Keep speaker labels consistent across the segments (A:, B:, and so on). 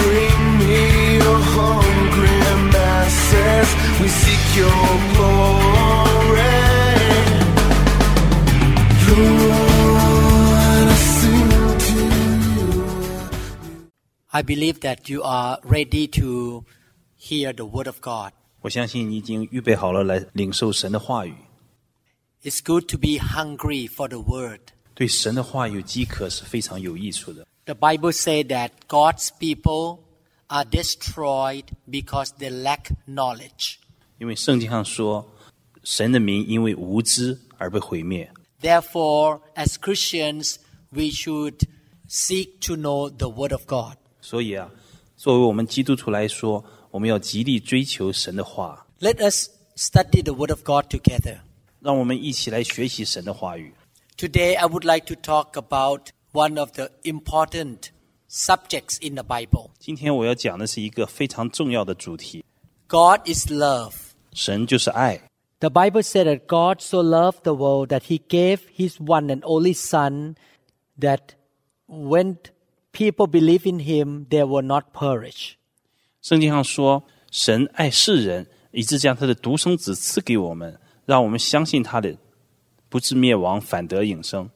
A: Bring me your hungry masses. We seek your glory. Lord, I sing to you.
B: I believe that you are ready to hear the word of God.
C: 我相信你已经预备好了来领受神的话语，
B: It's good to be hungry for the word.
C: 对神的话有饥渴是非常有益处的。
B: The Bible says that God's people are destroyed because they lack knowledge.
C: 因为圣经上说，神的民因为无知而被毁灭。
B: Therefore, as Christians, we should seek to know the word of God.
C: 所以啊，作为我们基督徒来说，我们要极力追求神的话。
B: Let us study the word of God together.
C: 让我们一起来学习神的话语。
B: Today, I would like to talk about one of the important subjects in the Bible.
C: 今天我要讲的是一个非常重要的主题：
B: God is love.
C: 神就是爱。
B: The Bible said that God so loved the world that he gave his one and only Son, that when people believe in him, they will not perish.
C: 圣经上说，神爱世人，以致将他的独生子赐给我们，让我们相信他的，不至灭亡，反得永生。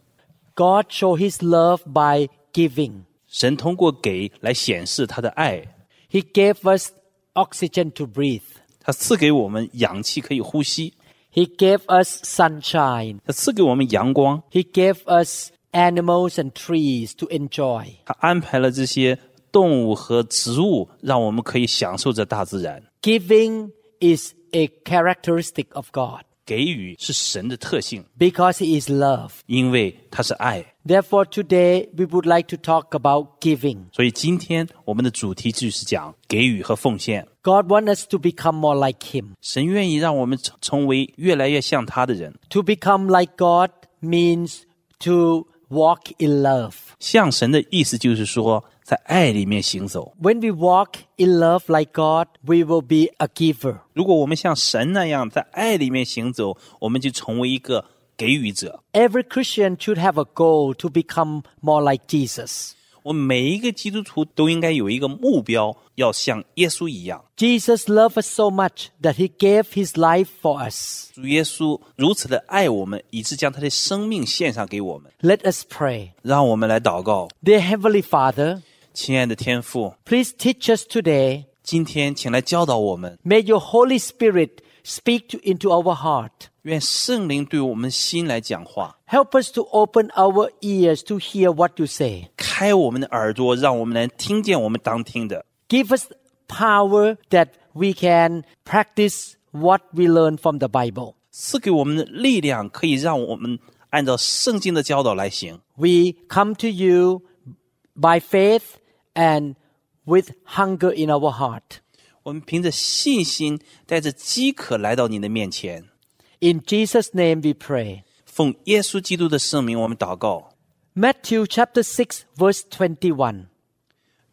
B: God showed his love by giving.
C: 神通过给来显示他的爱，
B: He gave us oxygen to breathe.
C: 他赐给我们氧气可以呼吸，
B: He gave us sunshine.
C: 他赐给我们阳光，
B: He gave us animals and trees to enjoy.
C: 他安排了这些动物和植物，让我们可以享受着大自然。
B: Giving is a characteristic of God
C: 给予是神的特性，
B: because he is love.
C: 因为他是爱。
B: Therefore, today we would like to talk about giving.
C: 所以今天我们的主题就是讲给予和奉献。
B: God wants us to become more like Him.
C: 神愿意让我们成成为越来越像他的人，
B: To become like God means to walk in love.
C: 像神的意思就是说，在爱里面行走。
B: When we walk in love like God, we will be a giver.
C: 如果我们像神那样在爱里面行走，我们就成为一个给予者。
B: Every Christian should have a goal to become more like Jesus.
C: 我们每一个基督徒都应该有一个目标，要像耶稣一样。
B: Jesus loved us so much that He gave His life for us.
C: 主耶稣如此的爱我们，以致将他的生命献上给我们。
B: Let us pray.
C: 让我们来祷告，
B: Dear Heavenly Father,
C: 亲爱的天父，
B: please teach us today.
C: 今天请来教导我们，
B: May your Holy Spirit speak to, into our heart.
C: 愿圣灵对我们心来讲话，
B: Help us to open our ears to hear what you say.
C: 开我们的耳朵，让我们能听见我们当听的，
B: Give us power that we can practice what we learn from the Bible.
C: 赐给我们的力量，可以让我们按照圣经的教导来行。
B: We come to you by faith and with hunger in our heart.
C: 我们凭着信心，带着饥渴来到你的面前，
B: In Jesus' name we pray.
C: 奉耶稣基督的圣名，我们祷告。
B: Matthew chapter 6 verse 21.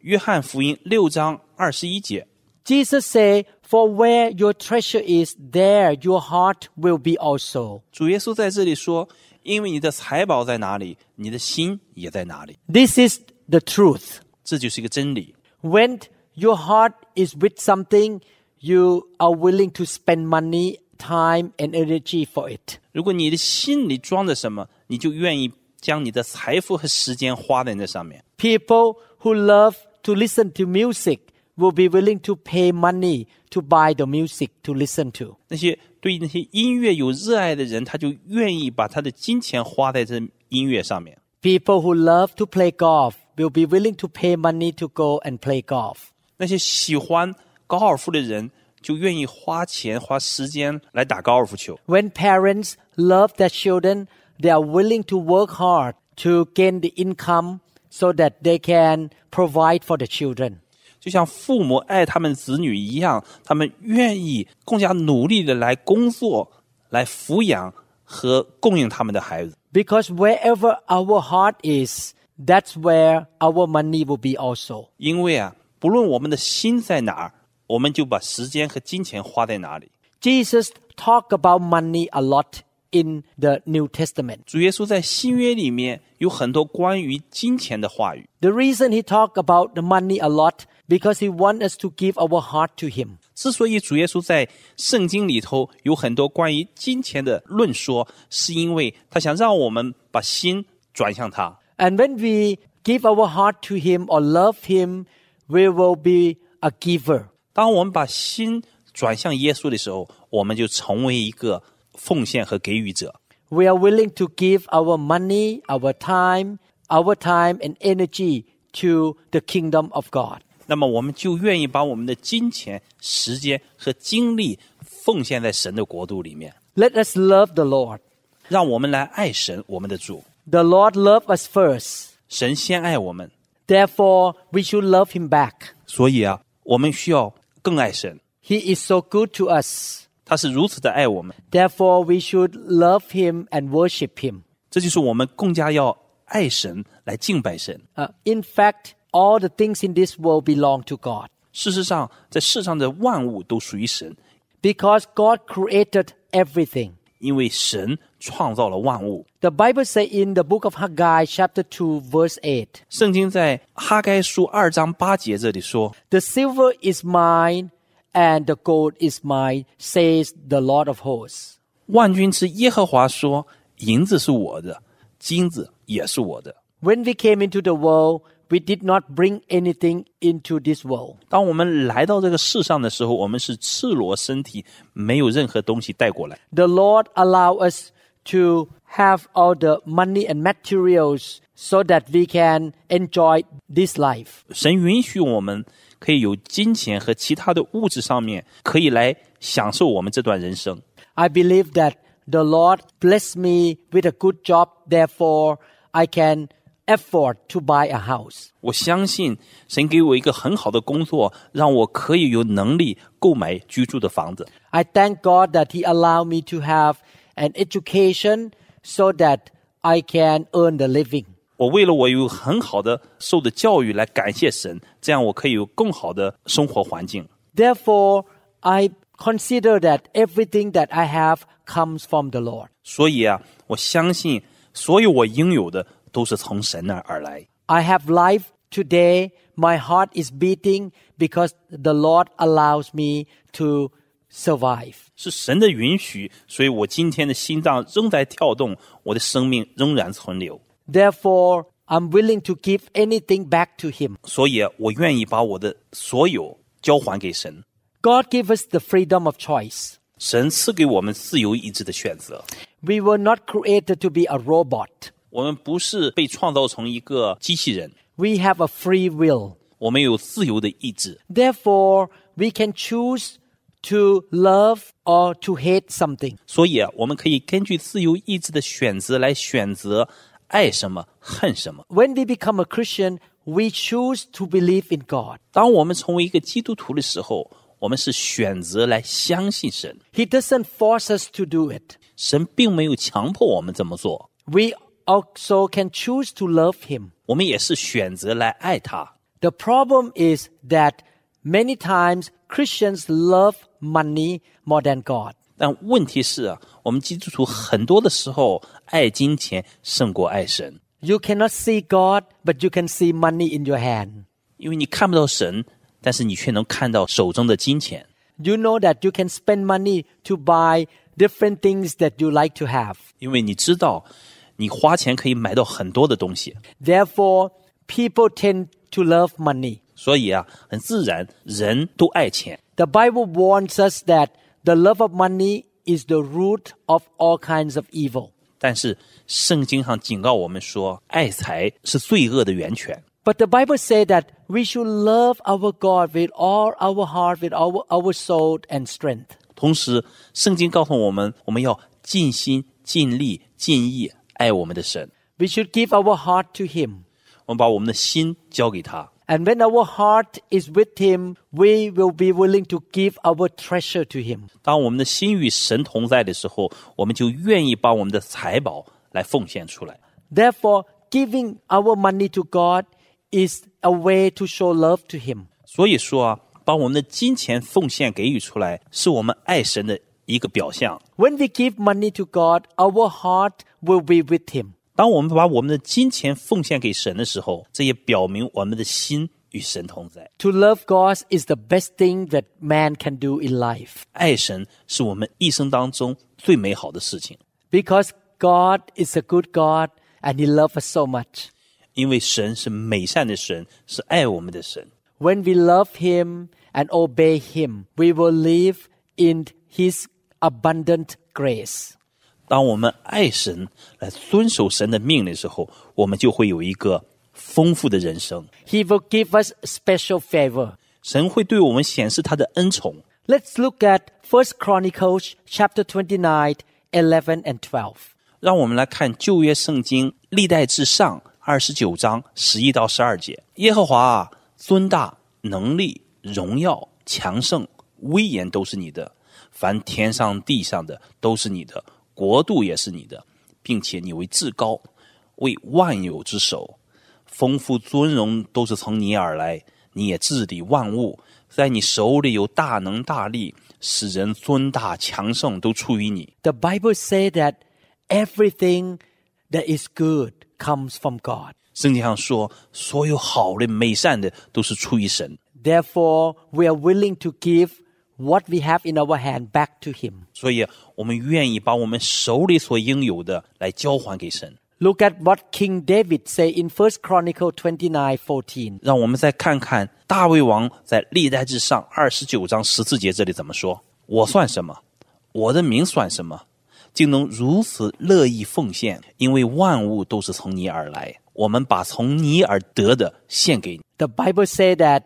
C: 约翰福音六章二十一节，
B: Jesus said, For where your treasure is, there your heart will be also.
C: 主耶稣在这里说：“因为你的财宝在哪里，你的心也在哪里。
B: This is the truth. ”
C: 这就是一个真理。
B: when your heart is with something, you are willing to spend money, time, and energy for it.
C: 如果你的心里装着什么，你就愿意将你的财富和时间花在那上面。
B: People who love to listen to music will be willing to pay money to buy the music to listen to.
C: 那些对那些音乐有热爱的人，他就愿意把他的金钱花在这音乐上面。
B: People who love to play golf will be willing to pay money to go and play golf.
C: 那些喜欢高尔夫的人，就愿意花钱花时间来打高尔夫球。
B: When parents love their children, they are willing to work hard to gain the income so that they can provide for the children.
C: 就像父母爱他们子女一样，他们愿意更加努力的来工作，来抚养和供应他们的孩子。
B: Because wherever our heart is, that's where our money will be also.
C: 因为啊，不论我们的心在哪儿，我们就把时间和金钱花在哪里。
B: Jesus talked about money a lot in the New Testament.
C: 主耶稣在新约里面有很多关于金钱的话语，
B: The reason he talked about the money a lot because he wants us to give our heart to him.
C: 之所以主耶稣在圣经里头有很多关于金钱的论说，是因为他想让我们把心转向他。
B: And when we give our heart to him or love him, we will be a giver.
C: 当我们把心转向耶稣的时候，我们就成为一个奉献和给予者。
B: We are willing to give our money, our time, our time and energy to the kingdom of God.
C: 那么，我们就愿意把我们的金钱、时间和精力奉献在神的国度里面，
B: Let us love the Lord.
C: 让我们来爱神，我们的主。
B: The Lord loved us first.
C: 神先爱我们，
B: Therefore, we should love him back.
C: 所以啊，我们需要更爱神。
B: He is so good to us.
C: 他是如此的爱我们，
B: Therefore, we should love him and worship him.
C: 这就是我们更加要爱神来敬拜神。
B: Uh, in fact, all the things in this world belong to God
C: 事实上，在世上的万物都属于神，
B: because God created everything.
C: 因为神创造了万物。
B: The Bible says in the book of Haggai, chapter 2, verse 8,
C: 圣经在哈该书二章八节这里说
B: The silver is mine and the gold is mine, says the Lord of hosts.：“
C: 万军之耶和华说，银子是我的，金子也是我的。
B: When we came into the world, we did not bring anything into this world. ”
C: 当我们来到这个世上的时候，我们是赤裸身体，没有任何东西带过来。
B: The Lord allow us to have all the money and materials so that we can enjoy this life.
C: 神允许我们可以有金钱和其他的物质上面，可以来享受我们这段人生。
B: I believe that the Lord blessed me with a good job, therefore I can afford to buy a house.
C: 我相信神给我一个很好的工作，让我可以有能力购买居住的房子。
B: I thank God that He allowed me to have an education so that I can earn the living.
C: 我为了我有很好的受的教育来感谢神，这样我可以有更好的生活环境。
B: Therefore, I consider that everything that I have comes from the Lord.
C: 所以啊，我相信所有我应有的都是从神那儿而来。
B: I have life today. My heart is beating because the Lord allows me to survive.
C: 是神的允许，所以我今天的心脏仍在跳动，我的生命仍然存留。
B: Therefore, I'm willing to give anything back to Him.
C: 所以我愿意把我的所有交还给神。
B: God gave us the freedom of choice.
C: 神赐给我们自由意志的选择。
B: We were not created to be a robot.
C: 我们不是被创造成一个机器人，
B: We have a free will.
C: 我们有自由的意志，
B: Therefore, we can choose to love or to hate something.
C: 所以我们可以根据自由意志的选择来选择爱什么、恨什么。
B: When we become a Christian, we choose to believe in God.
C: 当我们成为一个基督徒的时候，我们是选择来相信神，
B: He doesn't force us to do it.
C: 神并没有强迫我们这么做，
B: We also can choose to love Him.
C: 我们也是选择来爱他。
B: The problem is that many times Christians love money more than God.
C: 但问题是啊，我们基督徒很多的时候爱金钱胜过爱神，
B: You cannot see God, but you can see money in your hand.
C: 因为你看不到神，但是你却能看到手中的金钱。
B: You know that you can spend money to buy different things that you like to have.
C: 因为你知道，你花钱可以买到很多的东西，
B: Therefore, people tend to love money.
C: 所以啊，很自然，人都爱钱。
B: The Bible warns us that the love of money is the root of all kinds of evil.
C: 但是圣经上警告我们说，爱财是罪恶的源泉。
B: But the Bible says that we should love our God with all our heart, with our, our soul and strength.
C: 同时，圣经告诉我们，我们要尽心、尽力、尽意爱我们的神，
B: We should give our heart to Him
C: 我们把我们的心交给他。
B: And when our heart is with Him, we will be willing to give our treasure to Him.
C: 当我们的心与神同在的时候，我们就愿意把我们的财宝来奉献出来。
B: Therefore, giving our money to God is a way to show love to Him.
C: 所以说啊，把我们的金钱奉献给予出来，是我们爱神的一个表象。
B: When we give money to God, our heart will be with Him.
C: 当我们把我们的金钱奉献给神的时候，这也表明我们的心与神同在。
B: To love God is the best thing that man can do in life
C: 爱神是我们一生当中最美好的事情，
B: because God is a good God and He loves us so much.
C: 因为神是美善的神，是爱我们的神。
B: When we love Him and obey Him, we will live in His abundant grace.
C: 当我们爱神，来遵守神的命令的时候，我们就会有一个丰富的人生。
B: He will give us special favor.
C: 神会对我们显示他的恩宠。
B: Let's look at 1 Chronicles chapter 29, 11 and 12.
C: 让我们来看旧约圣经历代至上二十九章十一到十二节。耶和华啊，尊大、能力、荣耀、强盛、威严都是你的，凡天上地上的都是你的，国度也是你的，并且你为至高，为万有之首。丰富尊荣都是从你而来，你也治理万物，在你手里有大能大力，使人尊大强盛都出于你。
B: The Bible says that everything that is good comes from God.
C: 圣经上说，所有好的、美善的都是出于神，
B: Therefore, we are willing to give what we have in our hand back to Him.
C: 所以我们愿意把我们手里所应有的来交还给神。
B: Look at what King David say in 1 Chronicle 29, 14.
C: 让我们再看看大卫王在历代至上二十九章十四节这里怎么说：“我算什么？我的名算什么？竟能如此乐意奉献？因为万物都是从你而来，我们把从你而得的献给你。
B: The Bible say that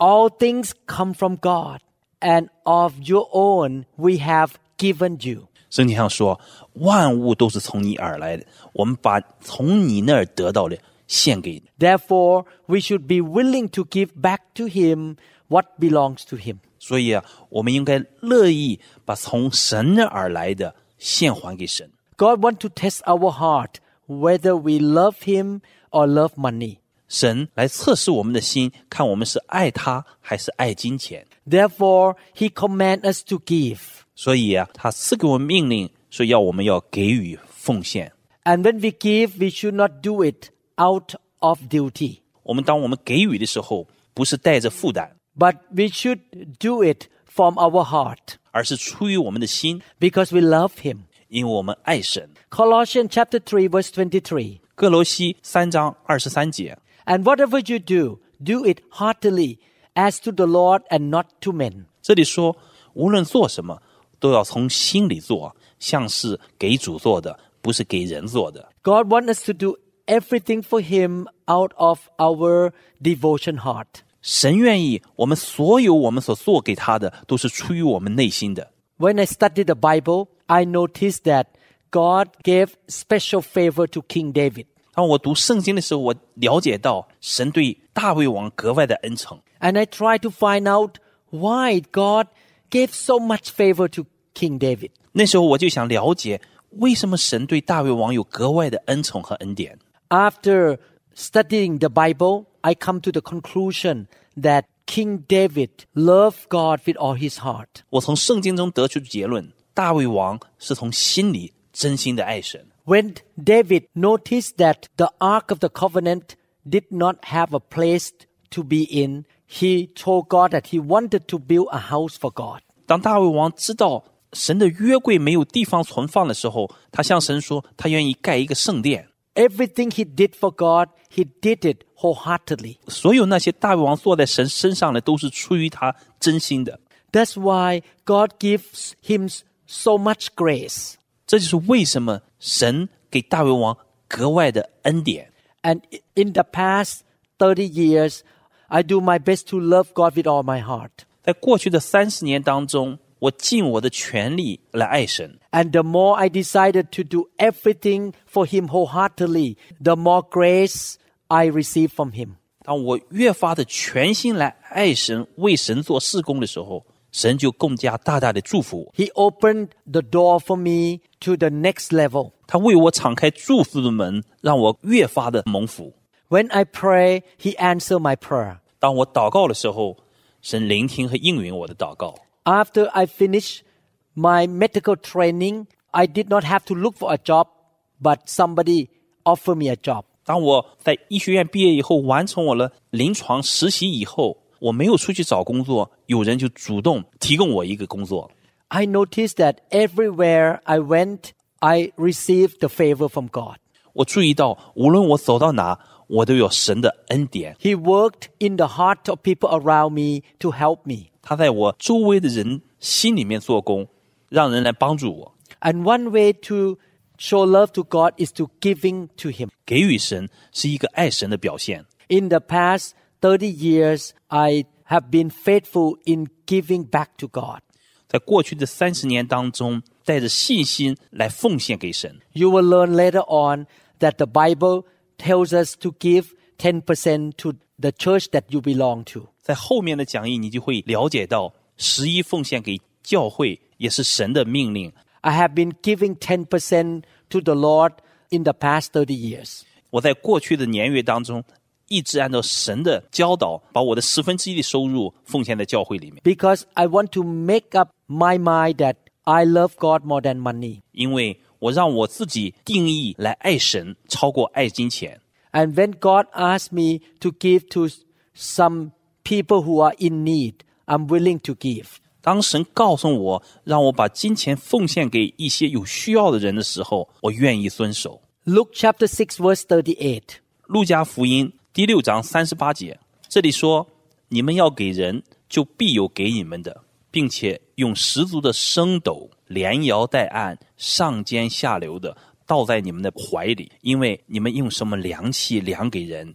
B: all things come from God and of your own we have given you. ”
C: 圣经上说：“万物都是从你而来的，我们把从你那儿得到的献给你。”
B: Therefore, we should be willing to give back to Him what belongs to Him.
C: 所以啊，我们应该乐意把从神那而来的献还给神。
B: God wants to test our heart whether we love Him or love money.
C: 神来测试我们的心，看我们是爱他还是爱金钱。
B: Therefore, He commands us to give.
C: 所以啊，他赐给我们命令，说要我们要给予奉献。
B: And when we give, we should not do it out of duty,
C: 我们当我们给予的时候，不是带着负担，
B: but we should do it from our heart
C: 而是出于我们的心，
B: because we love Him.
C: 因为我们爱神。
B: Colossians chapter 3 verse 23.
C: 哥罗西三章二十三节，
B: And whatever you do, do it heartily as to the Lord and not to men.
C: 这里说，无论做什么，都要从心里做，像是给主做的，不是给人做的。
B: God wants us to do everything for Him out of our devotion heart.
C: 神愿意我们所有我们所做给他的，都是出于我们内心的。
B: When I studied the Bible, I noticed that God gave special favor to King David.
C: 当我读圣经的时候，我了解到神对大卫王格外的恩宠，
B: And I tried to find out why God gave so much favor to King David.
C: 那时候我就想了解为什么神对大卫王有格外的恩宠和恩典。
B: After studying the Bible, I come to the conclusion that King David loved God with all his heart.
C: 我从圣经中得出结论：大卫王是从心里真心的爱神。
B: When David noticed that the Ark of the Covenant did not have a place to be in, he told God that he wanted to build a house for God.
C: 当大卫王知道神的约柜没有地方存放的时候，他向神说，他愿意盖一个圣殿。
B: Everything he did for God, he did it wholeheartedly.
C: 所有那些大卫王坐在神身上的，都是出于他真心的。
B: That's why God gives him so much grace.
C: 这就是为什么神给大卫王格外的恩典。
B: And in the past 30 years, I do my best to love God with all my heart.
C: 在过去的三十年当中，我尽我的全力来爱神。
B: And the more I decided to do everything for Him wholeheartedly, the more grace I received from Him.
C: 当我越发的全心来爱神、为神做事工的时候，神就更加大大的祝福我。
B: He opened the door for me to the next level.
C: 他为我敞开祝福的门，让我越发的蒙福。
B: When I pray, He answered my prayer.
C: 当我祷告的时候，神聆听和应允我的祷告。
B: After I finished my medical training, I did not have to look for a job, but somebody offered me a job.
C: 当我在医学院毕业以后，完成我了临床实习以后，我没有出去找工作，有人就主动提供我一个工作。
B: I noticed that everywhere I went, I received the favor from God.
C: 我注意到，无论我走到哪，我都有神的恩典。
B: He worked in the heart of people around me to help me.
C: 他在我周围的人心里面做工，让人来帮助我，
B: And one way to show love to God is to giving to Him.
C: 给予神是一个爱神的表现。
B: In the past 30 years, I have been faithful in giving back to God.
C: 在过去的三十年当中，带着信心来奉献给神。
B: You will learn later on that the Bible tells us to give 10% to the church that you belong to.
C: 在后面的讲义，你就会了解到，十一奉献给教会也是神的命令。
B: I have been giving 10% to the Lord in the past 30 years.
C: 我在过去的年月当中，一直按照神的教导，把我的十分之一的收入奉献在教会里面，
B: because I want to make up my mind that I love God more than money.
C: 因为我让我自己定义来爱神，超过爱金钱。
B: And when God asks me to give to some people who are in need, I'm willing to give.
C: 当神告诉我让我把金钱奉献给一些有需要的人的时候，我愿意遵守。
B: Luke chapter 6 verse 38.
C: 路加福音第六章三十八节，这里说：“你们要给人，就必有给你们的，并且用十足的升斗，连摇带按，上尖下流的倒在你们的怀里，因为你们用什么量器量给人，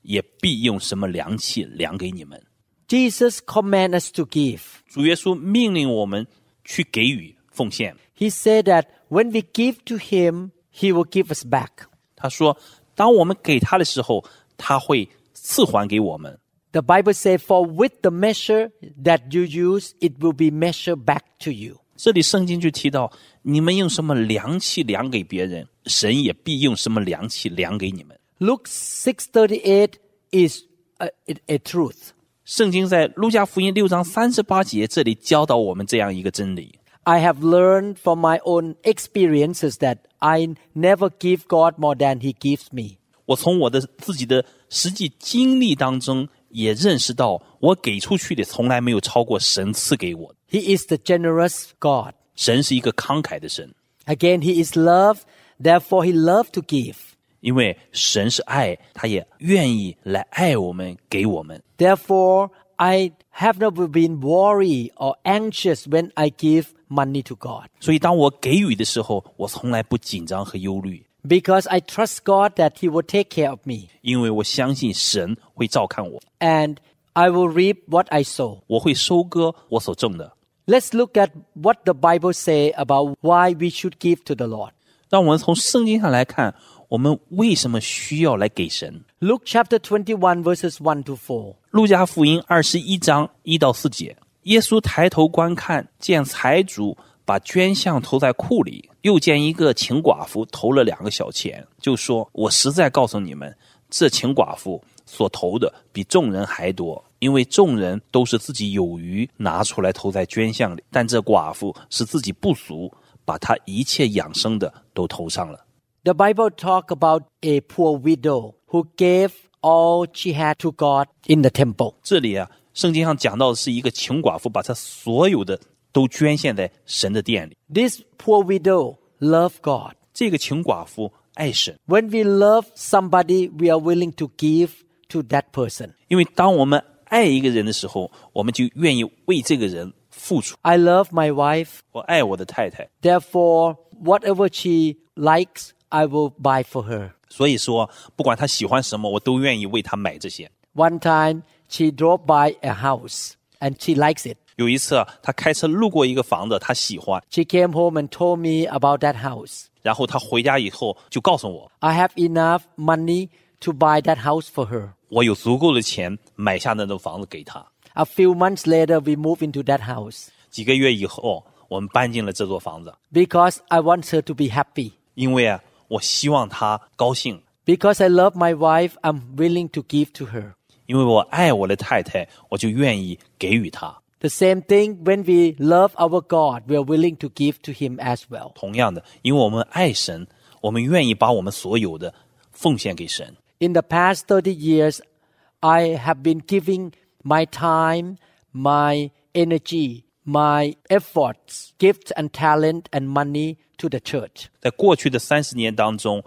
C: 也必用什么量器量给你们。
B: Jesus commands us to give. ”
C: 主耶稣命令我们去给予奉献。
B: He said that when we give to him, he will give us back.
C: 他说：“当我们给他的时候，他会赐还给我们。
B: The Bible says, for with the measure that you use, it will be measured back to you. ”
C: 这里圣经就提到，你们用什么量器量给别人，神也必用什么量器量给你们。
B: Luke 6:38 is a, a, a truth.
C: 圣经在路加福音六章三十八节这里教导我们这样一个真理：
B: I have learned from my own experiences that I never give God more than he gives me.
C: 我从我的自己的实际经历当中也认识到，我给出去的从来没有超过神赐给我的。
B: He is the generous God.
C: 神是一个慷慨的神，
B: Again, he is love, therefore he loved to give.
C: 因为神是爱，他也愿意来爱我们，给我们。
B: Therefore, I have never been worried or anxious when I give money to God
C: 所以，当我给予的时候，我从来不紧张和忧虑，
B: because I trust God that he will take care of me
C: 因为我相信神会照看我，
B: and I will reap what I sow.
C: 我会收割我所种的。
B: Let's look at what the Bible say about why we should give to the Lord.
C: 让我们从圣经上来看，我们为什么需要来给神？
B: Luke chapter 21 verses 1 to 4.
C: 路加福音二十一章一到四节，耶稣抬头观看，见财主把捐项投在库里，又见一个穷寡妇投了两个小钱，就说：“我实在告诉你们，这穷寡妇所投的比众人还多，因为众人都是自己有余拿出来投在捐项里，但这寡妇是自己不足，把她一切养生的都投上了。”
B: The Bible talk about a poor widow who gave all she had to God in the temple.
C: 这里啊，圣经上讲到的是一个穷寡妇，把她所有的都捐献在神的殿里。
B: This poor widow loved God.
C: 这个穷寡妇爱神，
B: When we love somebody, we are willing to give to that person.
C: 因为当我们爱一个人的时候，我们就愿意为这个人付出。
B: I love my wife,
C: 我爱我的太太，
B: therefore whatever she likes, I will buy for her.
C: 所以说不管她喜欢什么，我都愿意为她买这些。
B: One time, she drove by a house and she likes it.
C: 有一次啊，她开车路过一个房子，她喜欢，
B: She came home and told me about that house.
C: 然后她回家以后就告诉我，
B: I have enough money to buy that house for her.
C: 我有足够的钱买下那栋房子给她。
B: A few months later, we moved into that house
C: 几个月以后，我们搬进了这座房子，
B: because I want her to be happy.
C: 因为啊，我希望她高兴，
B: Because I love my wife, I'm willing to give to her.
C: 因为我爱我的太太，我就愿意给予她。
B: The same thing when we love our God, we are willing to give to Him as well.
C: 同样的，因为我们爱神，我们愿意把我们所有的奉献给神。
B: In the past 30 years, I have been giving my time, my energy, my efforts, gifts and talent and money to the church.
C: 在过去的三十年当中，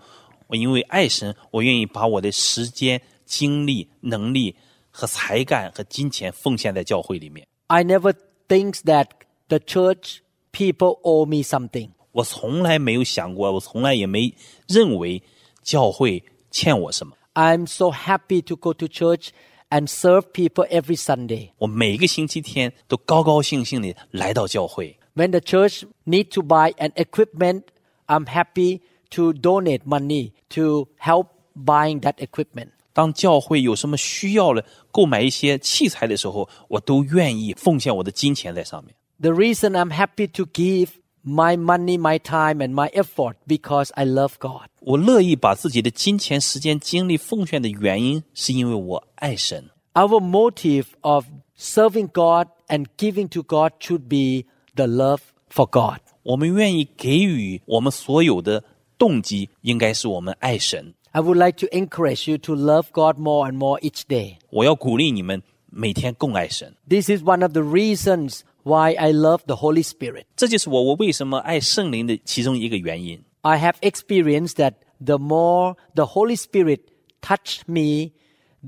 C: 我因为爱神，我愿意把我的时间、精力、能力和才干和金钱奉献在教会里面。
B: I never think that the church people owe me something.
C: 我从来没有想过，我从来也没认为教会欠我什么。
B: I'm so happy to go to church and serve people every Sunday.
C: 我每个星期天都高高兴兴地来到教会。
B: When the church need to buy an equipment, I'm happy to donate money to help buying that equipment.
C: 当教会有什么需要了，购买一些器材的时候，我都愿意奉献我的金钱在上面。
B: The reason I'm happy to give my money, my time, and my effort because I love God.
C: 我乐意把自己的金钱、时间、精力奉献的原因，是因为我爱神。
B: Our motive of serving God and giving to God should be the love for God.
C: 我们愿意给予我们所有的动机，应该是我们爱神。
B: I would like to encourage you to love God more and more each day.
C: 我要鼓励你们每天更爱神，
B: This is one of the reasons why I love the Holy Spirit.
C: 这就是我我为什么爱圣灵的其中一个原因。
B: I have experienced that the more the Holy Spirit touched me,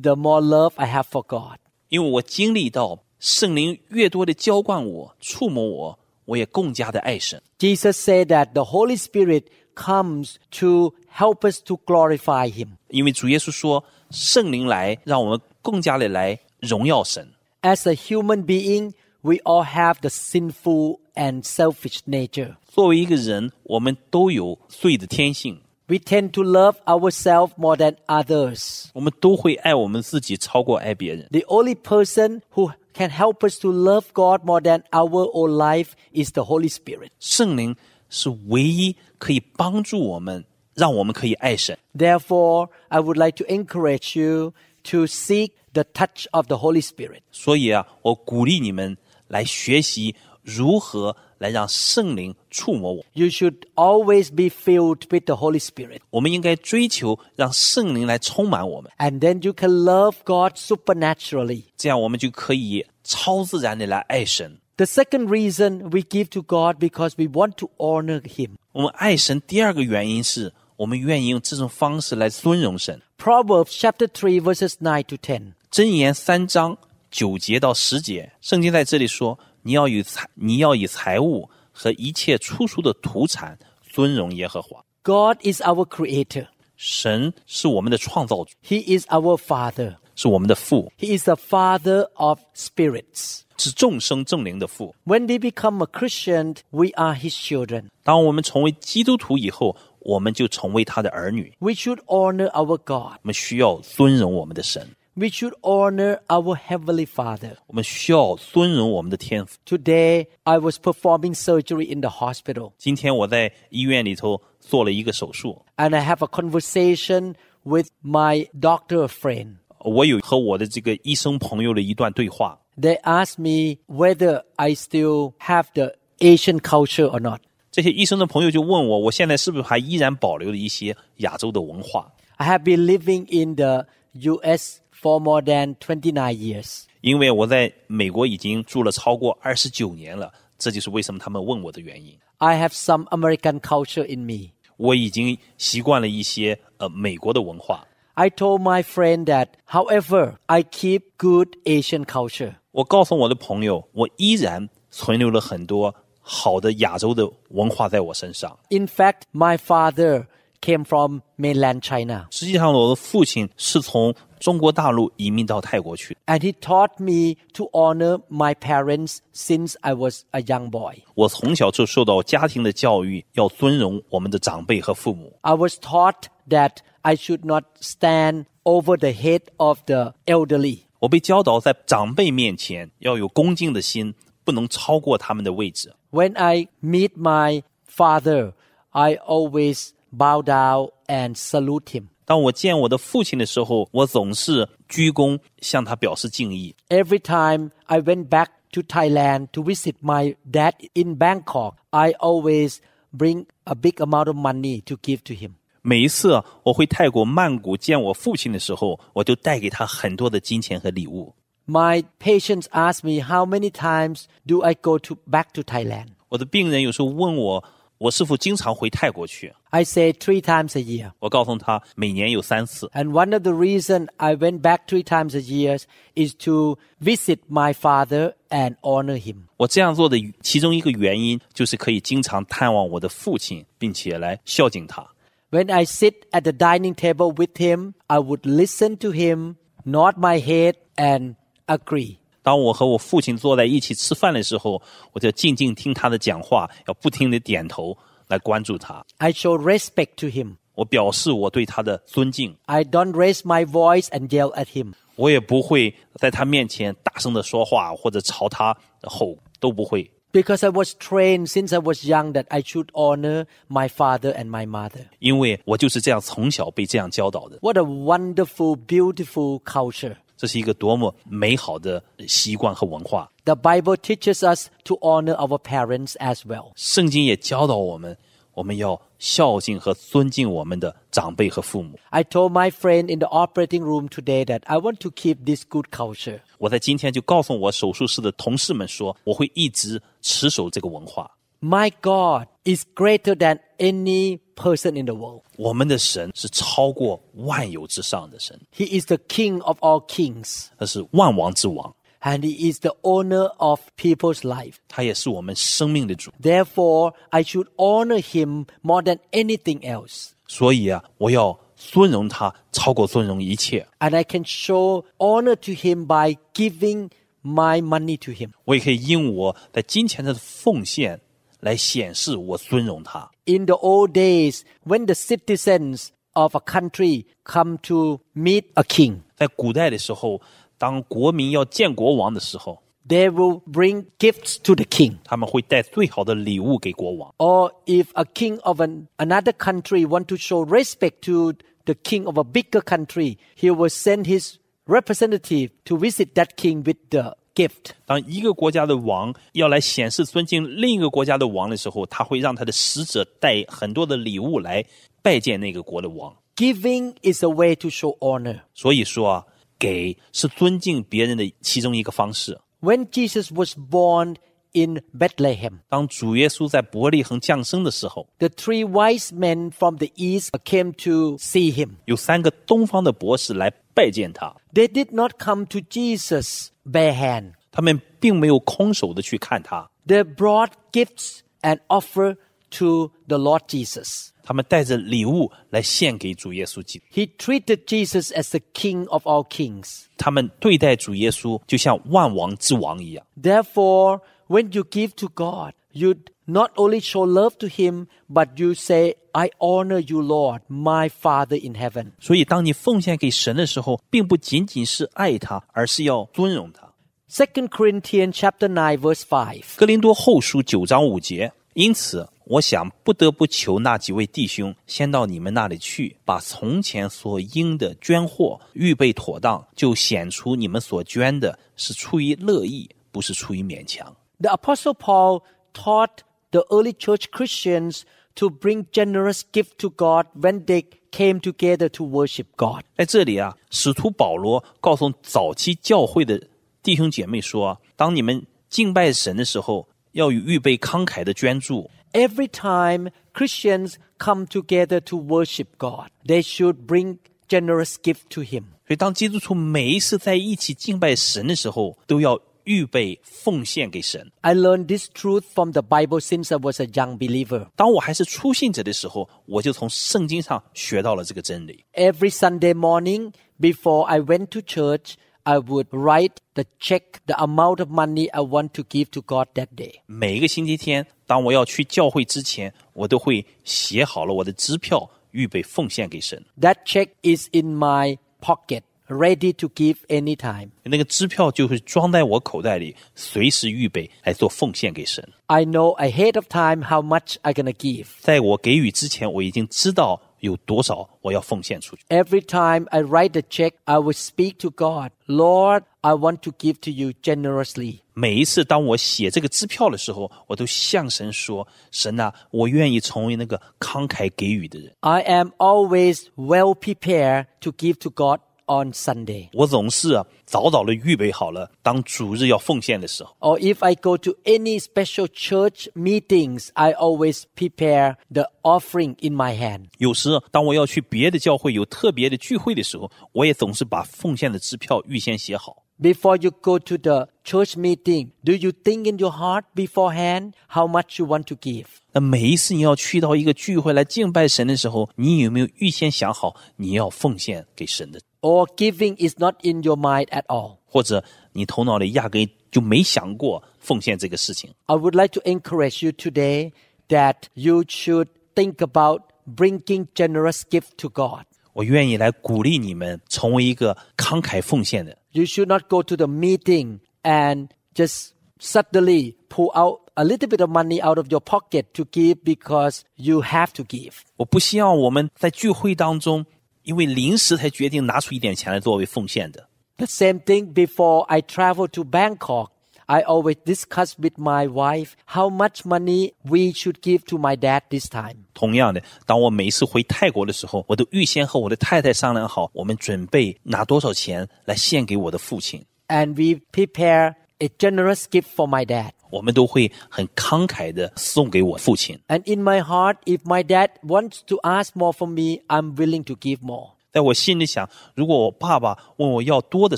B: the more love I have for God.
C: 因为我经历到圣灵越多的浇灌我、触摸我，我也更加的爱神。
B: Jesus said that the Holy Spirit comes to help us to glorify Him.
C: 因为主耶稣说，圣灵来，让我们更加的来荣耀神。
B: As a human being, we all have the sinful and selfish nature.
C: 作为一个人，我们都有罪的天性，
B: We tend to love ourselves more than others.
C: 我们都会爱我们自己超过爱别人。
B: The only person who can help us to love God more than our own life is the Holy Spirit.
C: 圣灵是唯一可以帮助我们，让我们可以爱神。
B: Therefore, I would like to encourage you to seek the touch of the Holy Spirit.
C: 所以啊，我鼓励你们来学习如何来让圣灵触摸我。
B: You should always be filled with the Holy Spirit.
C: 我们应该追求让圣灵来充满我们，
B: And then you can love God supernaturally.
C: 这样我们就可以超自然的来爱神。
B: The second reason we give to God because we want to honor Him.
C: 我们爱神第二个原因是我们愿意用这种方式来尊荣神。
B: Proverbs chapter 3 verses 9 to 10.
C: 箴言三章九节到十节，圣经在这里说：“你要以财，你要以财物和一切出熟的土产尊荣耶和华。
B: God is our creator.
C: 神是我们的创造主，
B: He is our father.
C: 是我们的父，
B: He is the father of spirits.
C: 是众生正灵的父。
B: When we become a Christian, we are His children.
C: 当我们成为基督徒以后，我们就成为他的儿女。
B: We should honor our God.
C: 我们需要尊荣我们的神，
B: we should honor our Heavenly Father.
C: 我们需要尊荣我们的天父。
B: Today, I was performing surgery in the hospital,
C: 今天我在医院里头做了一个手术，
B: and I have a conversation with my doctor friend.
C: 我有和我的这个医生朋友的一段对话。
B: They asked me whether I still have the Asian culture or not.
C: 这些医生的朋友就问我，我现在是不是还依然保留了一些亚洲的文化？
B: I have been living in the US for more than 29 years.
C: 因为我在美国已经住了超过二十九年了，这就是为什么他们问我的原因。
B: I have some American culture in me.
C: 我已经习惯了一些呃美国的文化。
B: I told my friend that, however, I keep good Asian culture.
C: 我告诉我的朋友，我依然存留了很多好的亚洲的文化在我身上。
B: In fact, my father came from mainland China.
C: 实际上，我的父亲是从中国大陆移民到泰国去。
B: And he taught me to honor my parents since I was a young boy.
C: 我从小就受到家庭的教育，要尊荣我们的长辈和父母。
B: I was taught that I should not stand over the head of the elderly.
C: 我被教导在长辈面前要有恭敬的心，不能超过他们的位置。
B: When I meet my father, I always bow down and salute him.
C: 当我见我的父亲的时候，我总是鞠躬向他表示敬意。
B: Every time I went back to Thailand to visit my dad in Bangkok, I always bring a big amount of money to give to him.
C: 每一次我回泰国曼谷见我父亲的时候，我就带给他很多的金钱和礼物。
B: My patients ask me how many times do I go to back to Thailand?
C: 我的病人有时候问我，我是否经常回泰国去？
B: I say three times a year.
C: 我告诉他，每年有三次。
B: And one of the reason I went back three times a year is to visit my father and honor him.
C: 我这样做的其中一个原因，就是可以经常探望我的父亲，并且来孝敬他。
B: When I sit at the dining table with him, I would listen to him, nod my head and agree.
C: 当我和我父亲坐在一起吃饭的时候，我就静静听他的讲话，要不停地点头来关注他。
B: I show respect to him.
C: 我表示我对他的尊敬，
B: I don't raise my voice and yell at him.
C: 我也不会在他面前大声的说话或者朝他吼，都不会，
B: Because I was trained since I was young that I should honor my father and my mother.
C: 因为我就是这样从小被这样教导的。
B: What a wonderful, beautiful culture.
C: 这是一个多么美好的习惯和文化！
B: The Bible teaches us to honor our parents as well.
C: 圣经也教导我们，我们要孝敬和尊敬我们的长辈和父母。
B: I told my friend in the operating room today that I want to keep this good culture.
C: 我在今天就告诉我手术室的同事们说，我会一直持守这个文化。
B: My God is greater than any person in the world.
C: 我们的神是超过万有之上的神，
B: He is the King of all kings,
C: 他是万王之王，
B: and He is the owner of people's life.
C: 他也是我们生命的主。
B: Therefore, I should honor Him more than anything else.
C: 所以啊，我要尊荣他，超过尊荣一切。
B: And I can show honor to Him by giving my money to Him.
C: 我也可以因我在金钱的奉献来显示我尊荣他。
B: In the old days, when the citizens of a country come to meet a king,
C: 在古代的时候，当国民要见国王的时候，
B: they will bring gifts to the king.
C: 他们会带最好的礼物给国王。
B: Or if a king of an, another country want to show respect to the king of a bigger country, he will send his representative to visit that king with the gift.
C: 当一个国家的王要来显示尊敬另一个国家的王的时候，他会让他的使者带很多的礼物来拜见那个国的王。
B: Giving is a way to show honor.
C: 所以说啊，给是尊敬别人的其中一个方式。
B: When Jesus was born in Bethlehem,
C: 当主耶稣在伯利恒降生的时候，
B: the three wise men from the east came to see him.
C: 有三个东方的博士来拜见他，
B: They did not come to Jesus bare hand.
C: 他们并没有空手的去看他，
B: They brought gifts and offer to the Lord Jesus.
C: 他们带着礼物来献给主耶稣基督。
B: He treated Jesus as the King of all kings.
C: 他们对待主耶稣就像万王之王一样。
B: Therefore, when you give to God, you not only show love to Him, but you say, I honor you, Lord, my Father in heaven.
C: 所以，当你奉献给神的时候，并不仅仅是爱他，而是要尊荣他。
B: Second Corinthians chapter 9 verse 5.
C: 哥林多后书九章五节。因此，我想不得不求那几位弟兄先到你们那里去，把从前所应的捐货预备妥当，就显出你们所捐的是出于乐意，不是出于勉强。
B: The apostle Paul taught the early church Christians to bring generous gift to God when they came together to worship God.
C: 在这里啊，使徒保罗告诉早期教会的弟兄姐妹说：当你们敬拜神的时候，要有预备慷慨的捐助。
B: Every time Christians come together to worship God, they should bring generous gift to him.
C: 所以，当基督徒每一次在一起敬拜神的时候，都要预备奉献给神。
B: I learned this truth from the Bible since I was a young believer.
C: 当我还是初信者的时候，我就从圣经上学到了这个真理。
B: Every Sunday morning before I went to church, I would write the check, the amount of money I want to give to God that day.
C: 每一个星期天，当我要去教会之前，我都会写好了我的支票，预备奉献给神。
B: That check is in my pocket, ready to give anytime.
C: 那个支票就会装在我口袋里，随时预备来做奉献给神。
B: I know ahead of time how much I'm going to give.
C: 在我给予之前，我已经知道有多少我要奉献出去。
B: Every time I write the check, I will speak to God, Lord, I want to give to you generously.
C: 每一次当我写这个支票的时候，我都向神说：“神呐、我愿意成为那个慷慨给予的人。
B: I am always well prepared to give to God on Sunday.
C: 我总是啊早早的预备好了，当主日要奉献的时候，
B: Or if I go to any special church meetings, I always prepare the offering in my hand.
C: 有时当我要去别的教会有特别的聚会的时候，我也总是把奉献的支票预先写好。
B: Before you go to the church meeting, do you think in your heart beforehand how much you want to give?
C: 那每一次你要去到一个聚会来敬拜神的时候，你有没有预先想好你要奉献给神的？
B: Or giving is not in your mind at all.
C: 或者你头脑里压根就没想过奉献这个事情？
B: I would like to encourage you today that you should think about bringing generous gift to God.
C: 我愿意来鼓励你们成为一个慷慨奉献的人。
B: You should not go to the meeting and just suddenly pull out a little bit of money out of your pocket to give because you have to give.
C: 我不希望我们在聚会当中，因为临时才决定拿出一点钱来作为奉献的。
B: The same thing before I travel to Bangkok. I always discuss with my wife how much money we should give to my dad this time.
C: 同样的，当我每一次回泰国的时候，我都预先和我的太太商量好，我们准备拿多少钱来献给我的父亲。
B: And we prepare a generous gift for my dad.
C: 我们都会很慷慨的送给我父亲。
B: And in my heart, if my dad wants to ask more from me, I'm willing to give more.
C: 在我心里想，如果我爸爸问我要多的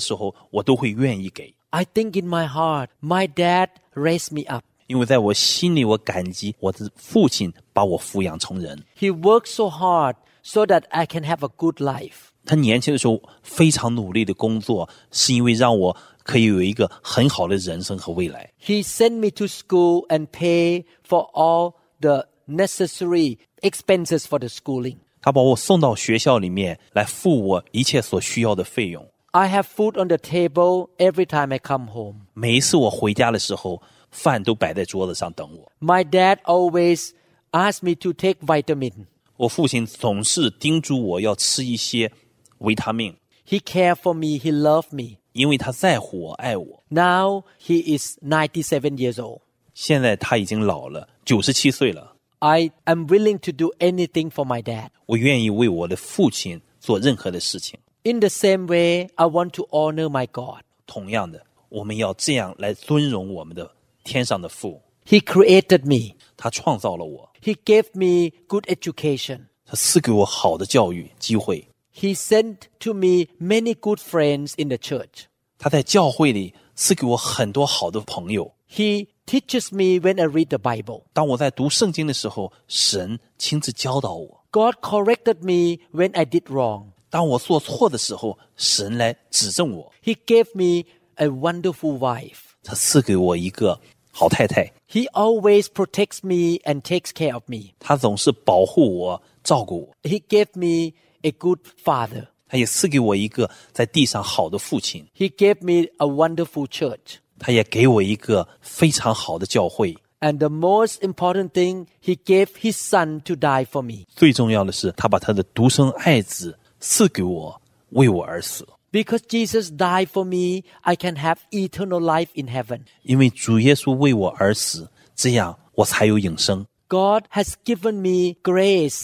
C: 时候，我都会愿意给，
B: I think in my heart, my dad raised me up.
C: 因为在我心里我感激我的父亲把我抚养成人。
B: He worked so hard so that I can have a good life.
C: 他年轻的时候非常努力的工作，是因为让我可以有一个很好的人生和未来。
B: He sent me to school and pay for all the necessary expenses for the schooling.
C: 他把我送到学校里面来付我一切所需要的费用。
B: I have food on the table every time I come home.
C: 每一次我回家的时候，饭都摆在桌子上等我。
B: My dad always asked me to take vitamin.
C: 我父亲总是叮嘱我要吃一些维他命，
B: He cared for me, he loved me.
C: 因为他在乎我、爱我。
B: Now he is 97 years old.
C: 现在他已经老了，九十七岁了。
B: I am willing to do anything for my dad.
C: 我愿意为我的父亲做任何的事情。
B: In the same way, I want to honor my God.
C: 同样的，我们要这样来尊荣我们的天上的父。
B: He created me.
C: 他创造了我，
B: He gave me good education.
C: 他赐给我好的教育机会。
B: He sent to me many good friends in the church.
C: 他在教会里赐给我很多好的朋友。
B: He teaches me when I read the Bible.
C: 当我在读圣经的时候，神亲自教导我；
B: God corrected me when I did wrong.
C: 当我做错的时候，神来指正我。
B: He gave me a wonderful wife.
C: 他赐给我一个好太太，
B: He always protects me and takes care of me.
C: 他总是保护我、照顾我。
B: He gave me a good father.
C: 他也赐给我一个在地上好的父亲，
B: He gave me a wonderful church.
C: 他也给我一个非常好的教会。
B: And the most important thing, he gave his son to die for me.
C: 最重要的是，他把他的独生爱子赐给我，为我而死。
B: Because Jesus died for me, I can have eternal life in heaven.
C: 因为主耶稣为我而死，这样我才有永生。
B: God has given me grace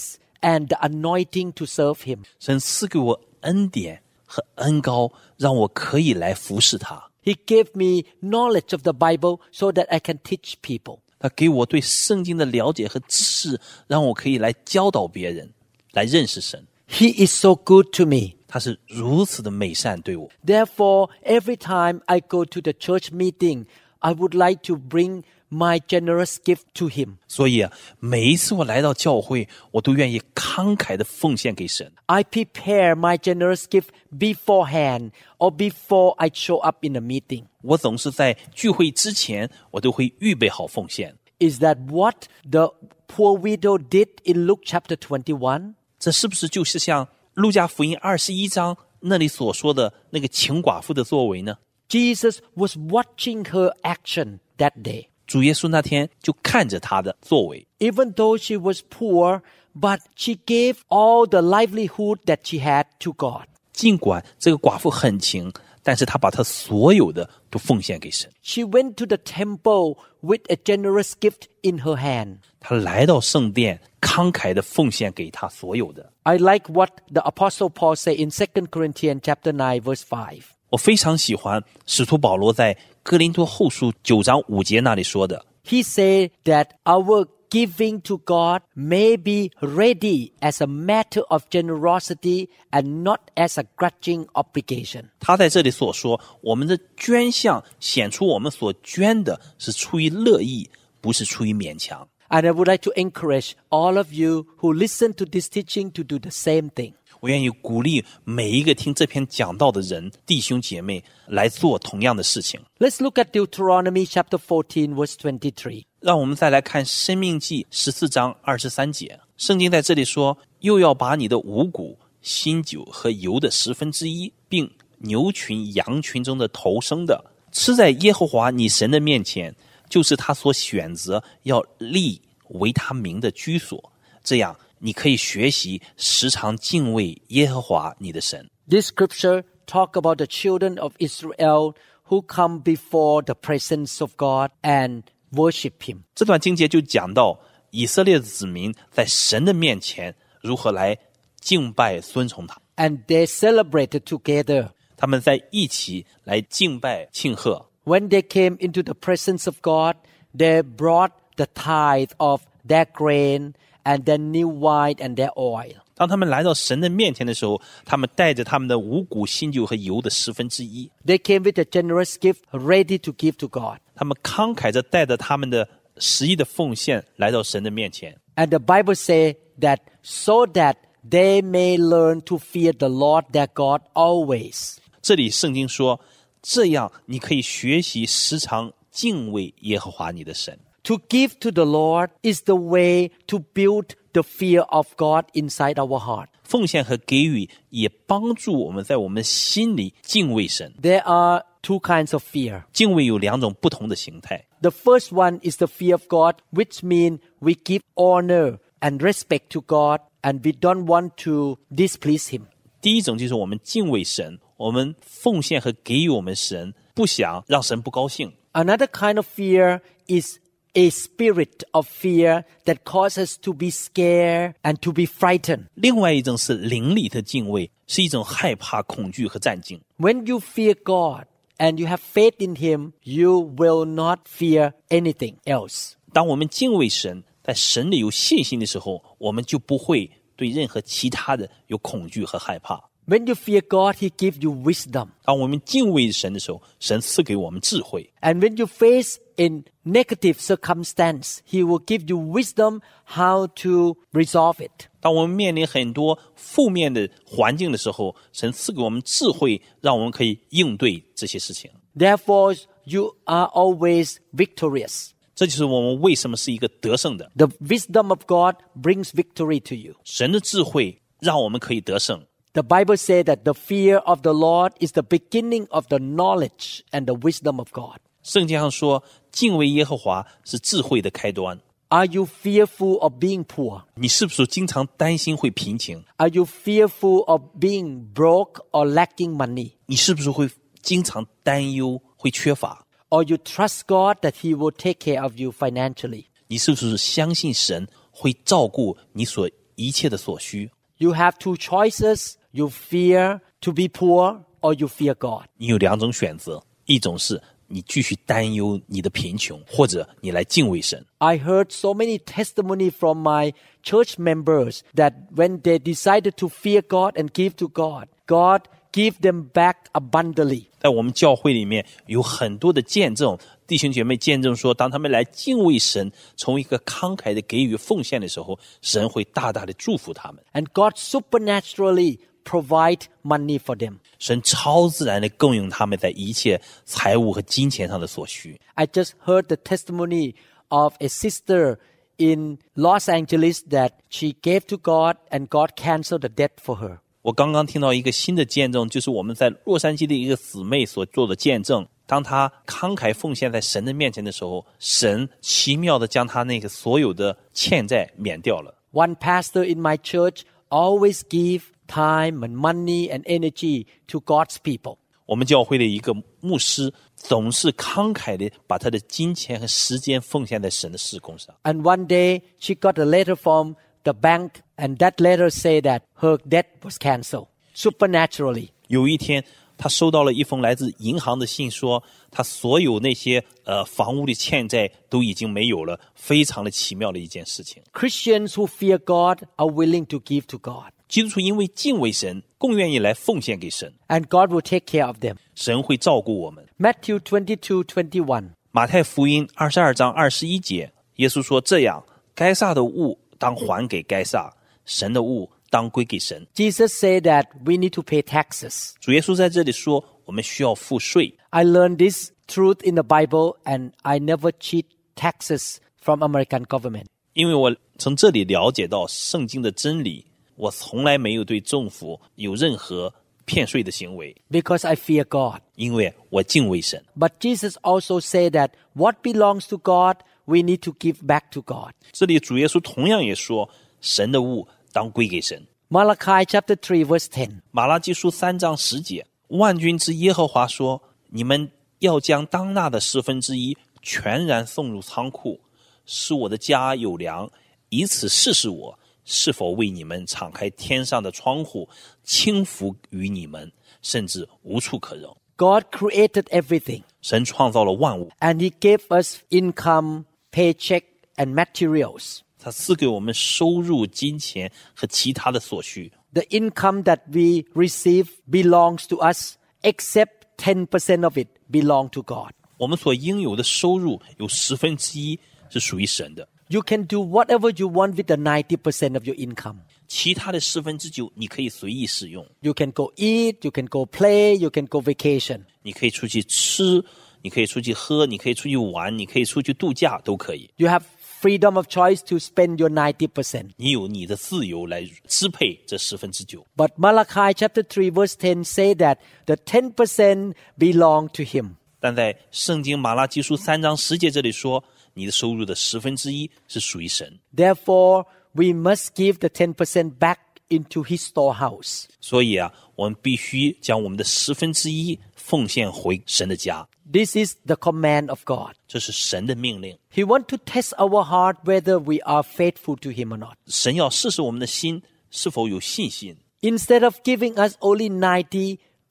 B: and the anointing to serve him.
C: 神赐给我恩典和恩高，让我可以来服侍他。
B: He gave me knowledge of the Bible so that I can teach people.
C: 他给我对圣经的了解和知识，让我可以来教导别人，来认识神。
B: He is so good to me.
C: 他是如此的美善对我。
B: Therefore, every time I go to the church meeting, I would like to bring my generous gift to Him.
C: 所以啊每一次我来到教会，我都愿意慷慨的奉献给神。
B: I prepare my generous gift beforehand or before I show up in a meeting.
C: 我总是在聚会之前，我都会预备好奉献。
B: Is that what the poor widow did in Luke chapter 21?
C: 这是不是就是像路加福音二十一章那里所说的那个情寡妇的作为呢？
B: Jesus was watching her action that day.
C: 主耶稣那天就看着她的作为，
B: Even though she was poor, but she gave all the livelihood that she had to God.
C: 尽管这个寡妇很穷，但是她把她所有的都奉献给神。
B: She went to the temple with a generous gift in her hand.
C: 她来到圣殿，慷慨的奉献给她所有的。
B: I like what the apostle Paul say in 2 Corinthians chapter 9 verse 5.
C: 我非常喜欢使徒保罗在哥林多后书九章五节那里说的，
B: He said that our giving to God may be ready as a matter of generosity and not as a grudging obligation.
C: 他在这里所说，我们的捐项显出我们所捐的是出于乐意，不是出于勉强。
B: And I would like to encourage all of you who listen to this teaching to do the same thing.
C: 我愿意鼓励每一个听这篇讲道的人，弟兄姐妹来做同样的事情。
B: Let's look at Deuteronomy chapter 14 verse 23.
C: 让我们再来看《生命记》十四章二十三节，圣经在这里说：“又要把你的五谷、新酒和油的十分之一，并牛群、羊群中的头生的，吃在耶和华你神的面前，就是他所选择要立为他名的居所。这样，你可以学习时常敬畏耶和华你的神。”
B: This scripture talk about the children of Israel who come before the presence of God and worship him.
C: 这段经节就讲到以色列的子民在神的面前如何来敬拜、尊崇他，
B: And they celebrated together.
C: 他们在一起来敬拜、庆贺。
B: When they came into the presence of God, they brought the tithe of their grain and their new wine and their oil.
C: 当他们来到神的面前的时候，他们带着他们的五谷、新酒和油的十分之一，
B: They came with a generous gift ready to give to God.
C: 他们慷慨着带着他们的十一的奉献来到神的面前。
B: And the Bible say that so that they may learn to fear the Lord their God always.
C: 这里圣经说，这样你可以学习时常敬畏耶和华你的神。
B: To give to the Lord is the way to build the fear of God inside our heart.
C: 奉献和给予也帮助我们在我们心里敬畏神。
B: There are two kinds of fear.
C: 敬畏有两种不同的形态。
B: The first one is the fear of God, which means we give honor and respect to God and we don't want to displease Him.
C: 第一种就是我们敬畏神，我们奉献和给予我们神，不想让神不高兴。
B: Another kind of fear is a spirit of fear that causes us to be scared and to be frightened.
C: 另外一种是灵里的敬畏，是一种害怕、恐惧和战惊。
B: When you fear God and you have faith in Him, you will not fear anything else.
C: 当我们敬畏神，在神里有信心的时候，我们就不会对任何其他的有恐惧和害怕。
B: When you fear God, He gives you wisdom.
C: 当我们敬畏神的时候，神赐给我们智慧。
B: And when you face a negative circumstance, He will give you wisdom how to resolve it.
C: 当我们面临很多负面的环境的时候，神赐给我们智慧，让我们可以应对这些事情。
B: Therefore, you are always victorious.
C: 这就是我们为什么是一个得胜的。
B: The wisdom of God brings victory to you.
C: 神的智慧让我们可以得胜。
B: The Bible says that the fear of the Lord is the beginning of the knowledge and the wisdom of God.
C: 圣经上说，敬畏耶和华是智慧的开端。
B: Are you fearful of being poor?
C: 你是不是经常担心会贫穷？
B: Are you fearful of being broke or lacking money?
C: 你是不是会经常担忧会缺乏？
B: Or you trust God that He will take care of you financially?
C: 你是不是相信神会照顾你所一切的所需？
B: You have two choices. You fear to be poor or you fear God.
C: 你有两种选择，一种是你继续担忧你的贫穷，或者你来敬畏神。
B: I heard so many testimony from my church members that when they decided to fear God and give to God, God give them back abundantly.
C: 在我们教会里面有很多的见证，弟兄姐妹见证说，当他们来敬畏神，从一个慷慨的给予奉献的时候，神会大大的祝福他们，
B: And God supernaturally provide money for them.
C: 神超自然的供应他们在一切财务和金钱上的所需。
B: I just heard the testimony of a sister in Los Angeles that she gave to God and God canceled the debt for her.
C: 我刚刚听到一个新的见证，就是我们在洛杉矶的一个姊妹所做的见证。当她慷慨奉献在神的面前的时候，神奇妙的将她那个所有的欠债免掉了。
B: One pastor in my church always give time and money and energy to God's people.
C: 我们教会的一个牧师总是慷慨的把他的金钱和时间奉献在神的事工上。
B: And one day she got a letter from the bank and that letter said that her debt was canceled supernaturally.
C: 有一天，他收到了一封来自银行的信说，他所有那些呃房屋的欠债都已经没有了，非常的奇妙的一件事情。
B: Christians who fear God are willing to give to God
C: 基督徒因为敬畏神，更愿意来奉献给神，
B: and God will take care of them.
C: 神会照顾我们。
B: Matthew 22 21.
C: 马太福音二十二章二十一节，耶稣说：“这样，该撒的物当还给该撒，神的物当归给神。”
B: Jesus said that we need to pay taxes.
C: 主耶稣在这里说，我们需要付税。
B: I learned this truth in the Bible and I never cheat taxes from American government.
C: 因为我从这里了解到圣经的真理，我从来没有对政府有任何骗税的行为，
B: because I fear God.
C: 因为我敬畏神。
B: But Jesus also said that what belongs to God, we need to give back to God.
C: 这里主耶稣同样也说，神的物当归给神。
B: Malachi chapter 3 verse 10.
C: 马拉基书三章十节，万军之耶和华说：“你们要将当纳的十分之一全然送入仓库，使我的家有粮，以此试试我是否为你们敞开天上的窗户，轻浮于你们，甚至无处可容。
B: God created everything ”
C: 神创造了万物，
B: and he gave us income, paycheck and materials.
C: 他赐给我们收入、金钱和其他的所需。
B: The income that we receive belongs to us except 10% of it belong to God.
C: 我们所应有的收入有十分之一是属于神的，
B: You can do whatever you want with the 90% of your income.
C: 其他的十分之九你可以随意使用。
B: You can go eat, you can go play, you can go vacation.
C: 你可以出去吃，你可以出去喝，你可以出去玩，你可以出去度假，都可以。
B: You have freedom of choice to spend your 90%.
C: 你有你的自由来支配这十分之九。
B: But Malachi chapter 3 verse 10 say that the 10% belong to him.
C: 但在圣经马拉基书三章十节这里说，你的收入的十分之一是属于神，
B: Therefore, we must give the 10% back into his storehouse.
C: 所以啊，我们必须将我们的十分之一奉献回神的家，
B: This is the command of God.
C: 这是神的命令。
B: He wants to test our heart whether we are faithful to him or not.
C: 神要试试我们的心是否有信心。
B: Instead of giving us only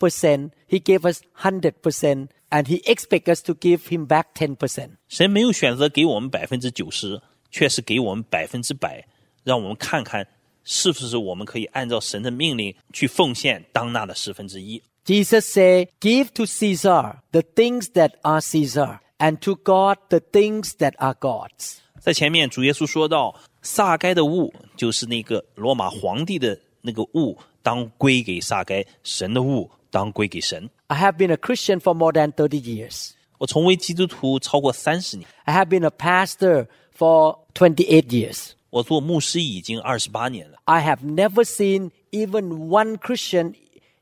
B: 90%, he gave us 100% and he expects us to give him back 10%.
C: 神没有选择给我们百分之九十，却是给我们百分之百，让我们看看是不是我们可以按照神的命令去奉献当纳的十分之一。
B: Jesus said, Give to Caesar the things that are Caesar, and to God the things that are God's.
C: 在前面，主耶稣说到，撒该的物就是那个罗马皇帝的那个物，当归给撒该；神的物当归给神。
B: I have been a Christian for more than 30 years.
C: 我从为基督徒超过三十年，
B: I have been a pastor for 28 years.
C: 我做牧师已经二十八年了。
B: I have never seen even one Christian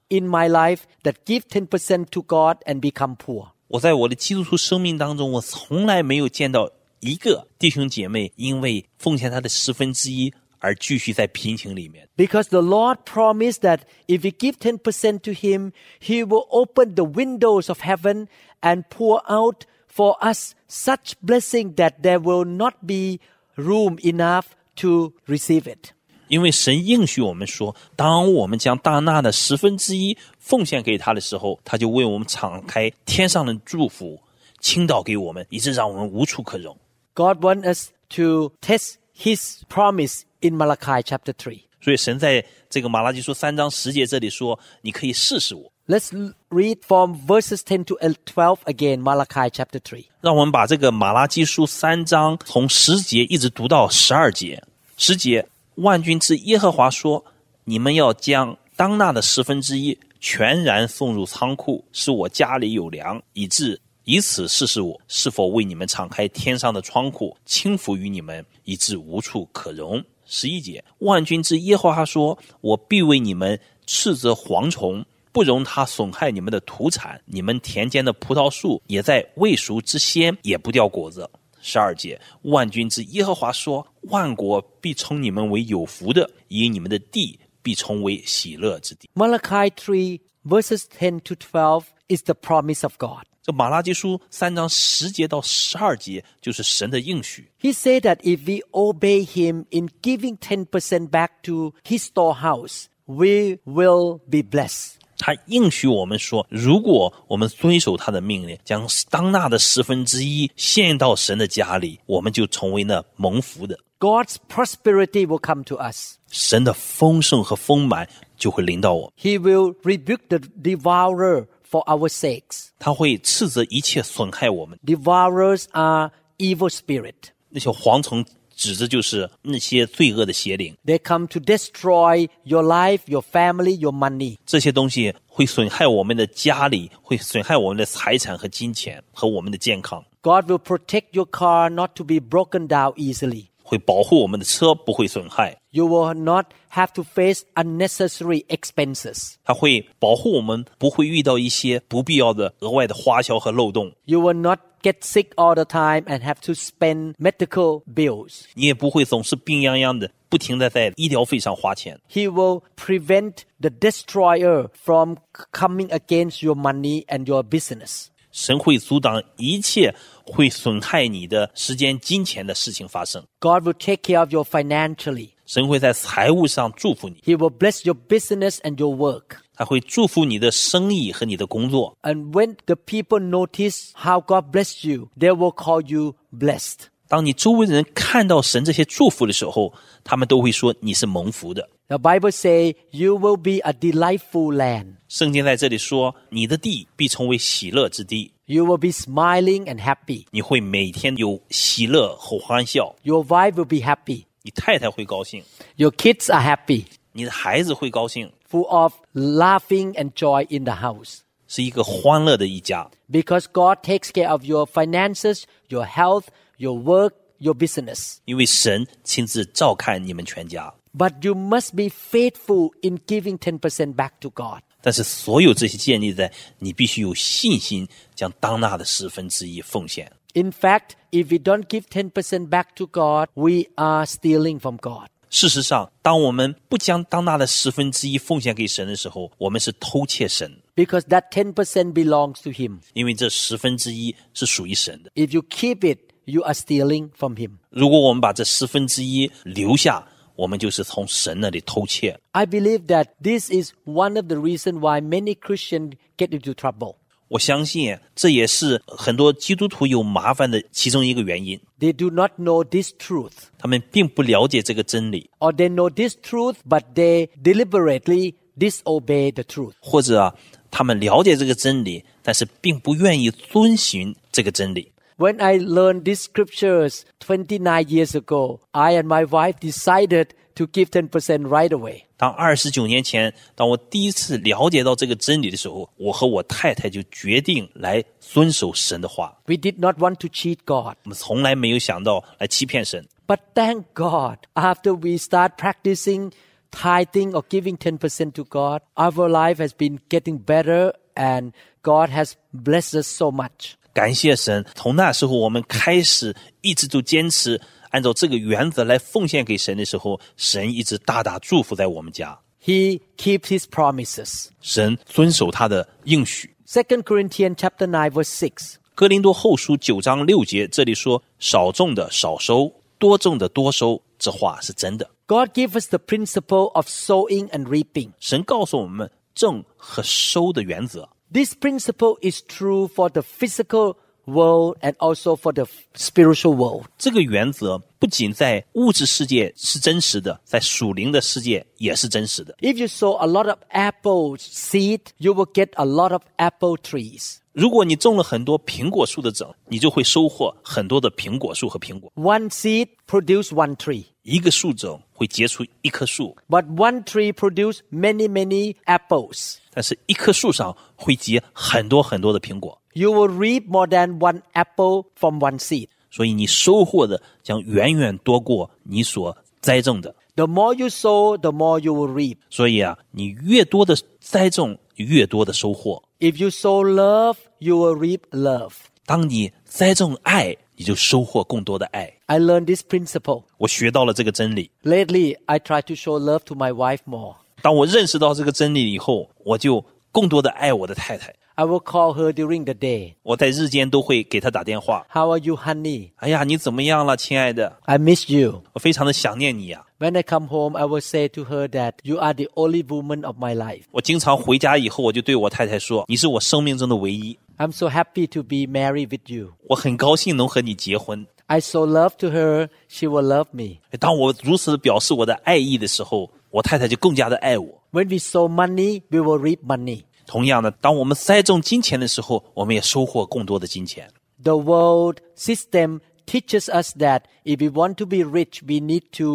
B: in my life that give 10% to God and become poor.
C: 我在我的基督徒生命当中，我从来没有见到一个弟兄姐妹因为奉献他的十分之一而继续在贫穷里面，
B: Because the Lord promised that if we give 10% to Him, He will open the windows of heaven and pour out for us such blessing that there will not be room enough to receive it.
C: 因为神应许我们说，当我们将大纳的十分之一奉献给他的时候，他就为我们敞开天上的祝福，倾倒给我们，以致让我们无处可容。
B: God wants us to test His promise in Malachi chapter 3.
C: 所以神在这个马拉基书三章十节这里说：“你可以试试我。
B: Let's l- read from verses 10 to 12 again, Malachi chapter 3. ”
C: 让我们把这个马拉基书三章从十节一直读到十二节。十节，万军之耶和华说：“你们要将当纳的十分之一全然送入仓库，使我家里有粮，以致以此试试我是否为你们敞开天上的窗户，轻浮于你们，以致无处可容。”十一节，万军之耶和华说：“我必为你们斥责蝗虫，不容它损害你们的土产。你们田间的葡萄树也在未熟之先也不掉果子。”十二节，万军之耶和华说：“万国必称你们为有福的，以你们的地必称为喜乐之地。
B: Malachi 3, verses 10 to 12 is the promise of God. ”
C: 这马拉基书三章十节到十二节就是神的应许。
B: He said that if we obey him in giving 10% back to his storehouse, we will be blessed.
C: 他应许我们说，如果我们遵守他的命令，将当纳的十分之一献到神的家里，我们就成为那蒙福的。
B: God's prosperity will come to us.
C: 神的丰盛和丰满就会临到我们，
B: He will rebuke the devourer for our sakes.
C: 他会斥责一切损害我们。
B: Devourers are evil spirit.
C: 那些蝗虫指的就是那些罪恶的邪灵，
B: They come to destroy your life, your family, your money.
C: 这些东西会损害我们的家里，会损害我们的财产和金钱和我们的健康，
B: God will protect your car not to be broken down easily.
C: 会保护我们的车不会损害，
B: You will not have to face unnecessary expenses.
C: 它会保护我们不会遇到一些不必要的额外的花销和漏洞。
B: You will not get sick all the time and have to spend medical bills.
C: 你也不会总是病殃殃的，不停的在医疗费上花钱。
B: He will prevent the destroyer from c- coming against your money and your business.
C: 神会阻挡一切会损害你的时间、金钱的事情发生。
B: God will take care of you financially.
C: 神会在财务上祝福你，
B: He will bless your business and your work.
C: 他会祝福你的生意和你的工作。
B: And when the people notice how God blessed you, they will call you blessed.
C: 当你周围人看到神这些祝福的时候，他们都会说你是蒙福的。
B: The Bible say you will be a delightful land.
C: 圣经在这里说，你的地必成为喜乐之地，
B: You will be smiling and happy.
C: 你会每天有喜乐和欢笑，
B: Your wife will be happy.
C: 你太太会高兴，
B: Your kids are happy,
C: 你的孩子会高兴，
B: full of laughing and joy in the house.
C: 是一个欢乐的一家。
B: Because God takes care of your finances, your health, your work, your business.
C: 因为神亲自照看你们全家。
B: But you must be faithful in giving 10% back to God.
C: 但是所有这些建立在你必须有信心，将当纳的十分之一奉献。
B: In fact, if we don't give 10% back to God, we are stealing from God.
C: 事实上，当我们不将当纳的十分之一奉献给神的时候，我们是偷窃神，
B: Because that 10% belongs to Him.
C: 因为这十分之一是属于神的。
B: If you keep it, you are stealing from Him.
C: 如果我们把这十分之一留下，我们就是从神那里偷窃。
B: I believe that this is one of the reasons why many Christians get into trouble.
C: 我相信这也是很多基督徒有麻烦的其中一个原因，
B: They do not know this truth,
C: 他们并不了解这个真理。
B: or they know this truth, but they deliberately disobey the truth.
C: 或者啊他们了解这个真理，但是并不愿意遵循这个真理。
B: When I learned these scriptures 29 years ago, I and my wife decided to give 10% right away.
C: 当二十九年前，当我第一次了解到这个真理的时候，我和我太太就决定来遵守神的话。
B: We did not want to cheat God.
C: 我们从来没有想到来欺骗神，
B: But thank God, after we start practicing tithing or giving 10% to God, our life has been getting better and God has blessed us so much.
C: 感谢神。从那时候，我们开始一直都坚持按照这个原则来奉献给神的时候，神一直大大祝福在我们家。
B: He keeps his promises.
C: 神遵守他的应许。
B: Second Corinthians chapter 9 verse 6.
C: 哥林多后书九章六节，这里说：“少种的少收，多种的多收。”这话是真的。
B: God gave us the principle of sowing and reaping.
C: 神告诉我们种和收的原则，
B: This principle is true for the physical world and also for the f- spiritual world.
C: 这个原则不仅在物质世界是真实的，在属灵的世界也是真实的。
B: If you sow a lot of apple seed, you will get a lot of apple trees.
C: 如果你种了很多苹果树的种，你就会收获很多的苹果树和苹果。
B: One seed produce one tree,
C: 一个树种会结出一棵树，
B: but one tree produce many, many apples.
C: 但是一棵树上会结很多很多的苹果，
B: You will reap more than one apple from one seed.
C: 所以你收获的将远远多过你所栽种的。
B: The more you sow, the more you will reap.
C: 所以啊，你越多的栽种，越多的收获。
B: If you sow love, you will reap love.
C: 当你栽种爱，你就收获更多的爱。
B: I learned this principle.
C: 我学到了这个真理。
B: Lately, I try to show love to my wife more.
C: 当我认识到这个真理以后，我就更多的爱我的太太。
B: I will call her during the day.
C: 我在日间都会给她打电话。
B: How are you, honey?
C: 哎呀，你怎么样了，亲爱的？
B: I miss you.
C: 我非常的想念你啊呀、
B: When I come home, I will say to her that you are the only woman of my life.
C: 我经常回家以后，我就对我太太说：“你是我生命中的唯一，
B: I'm so happy to be married with you.
C: 我很高兴能和你结婚。
B: I show love to her, she will love me. ”
C: 当我如此表示我的爱意的时候，我太太就更加的爱我。
B: When we sow money, we will reap money.
C: 同样的，当我们栽种金钱的时候，我们也收获更多的金钱。
B: The world system teaches us that if we want to be rich, we need to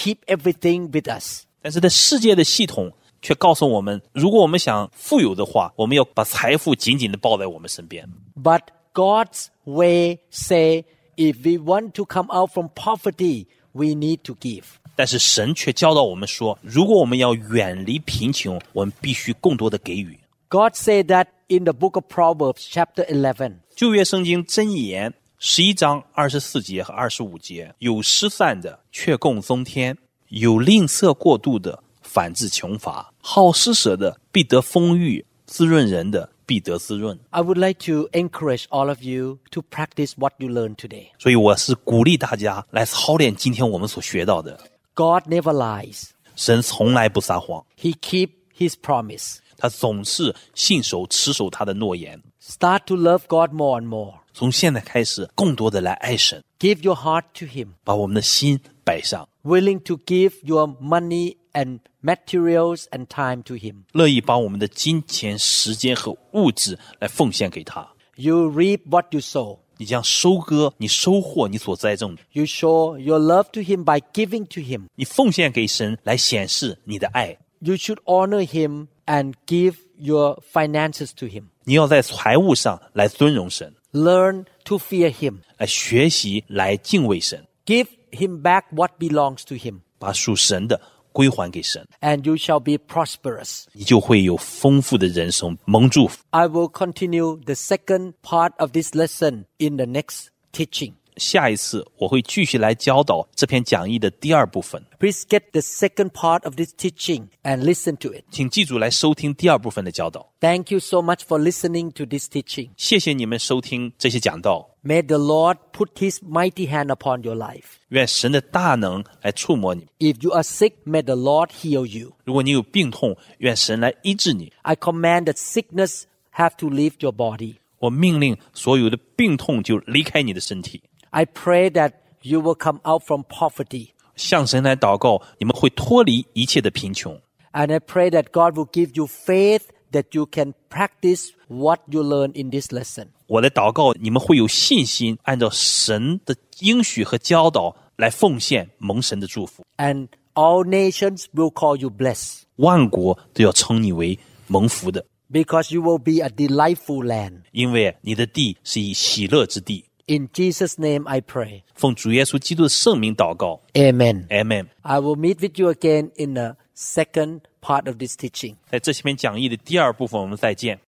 B: keep everything with us.
C: 但是在世界的系统却告诉我们，如果我们想富有的话，我们要把财富紧紧的抱在我们身边。
B: But God's way say if we want to come out from poverty, we need to give.
C: 但是神却教导我们说，如果我们要远离贫穷，我们必须更多的给予。
B: God said that in the book of Proverbs chapter 11.
C: 旧约圣经箴言十一章二十四节和二十五节，有失散的却供增添，有吝啬过度的反致穷乏，好施舍的必得丰裕，滋润人的必得滋润。
B: I would like to encourage all of you to practice what you learned today.
C: 所以我是鼓励大家来操练今天我们所学到的。
B: God never lies.
C: 神从来不撒谎，
B: He keep his promise.
C: 他总是信守、持守他的诺言。
B: Start to love God more and more.
C: 从现在开始，更多的来爱神，
B: Give your heart to him.
C: 把我们的心摆上，
B: Willing to give your money and materials and time to him.
C: 乐意把我们的金钱、时间和物质来奉献给他。
B: You reap what you sow.
C: 你将收割，你收获你所栽种的，
B: You show your love to him by giving to him.
C: 你奉献给神来显示你的爱。
B: You should honor him and give your finances to him.
C: 你要在财务上来尊荣神，
B: Learn to fear him.
C: 来学习来敬畏神，
B: Give him back what belongs to him,
C: 把属神的归还给神，
B: and you shall be prosperous.
C: 你就会有丰富的人生蒙祝福。
B: I will continue the second part of this lesson in the next teaching.
C: 下一次我会继续来教导这篇讲义的第二部分，
B: Please get the second part of this teaching and listen to it.
C: 请记住来收听第二部分的教导。
B: Thank you so much for listening to this teaching.
C: 谢谢你们收听这些讲道，
B: May the Lord put his mighty hand upon your life.
C: 愿神的大能来触摸你。
B: If you are sick, may the Lord heal you.
C: 如果你有病痛，愿神来医治你。
B: I command that sickness have to leave your body.
C: 我命令所有的病痛就离开你的身体。
B: I pray that you will come out from poverty.
C: 向神来祷告，你们会脱离一切的贫穷。
B: And I pray that God will give you faith that you can practice what you learn in this lesson.
C: 我来祷告，你们会有信心，按照神的应许和教导来奉献蒙神的祝福。
B: And all nations will call you blessed
C: 万国都要称你为蒙福的。
B: because you will be a delightful land.
C: 因为你的地是以喜乐之地。
B: In Jesus' name I pray.
C: 奉主耶稣基督的圣名祷告
B: Amen.
C: ，M M。
B: I will meet with you again in the second part of this teaching.
C: 在这篇讲义的第二部分，我们再见。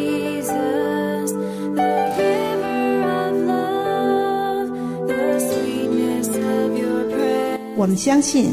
D: Jesus, the river of love, the sweetness of your presence.
E: 我们相信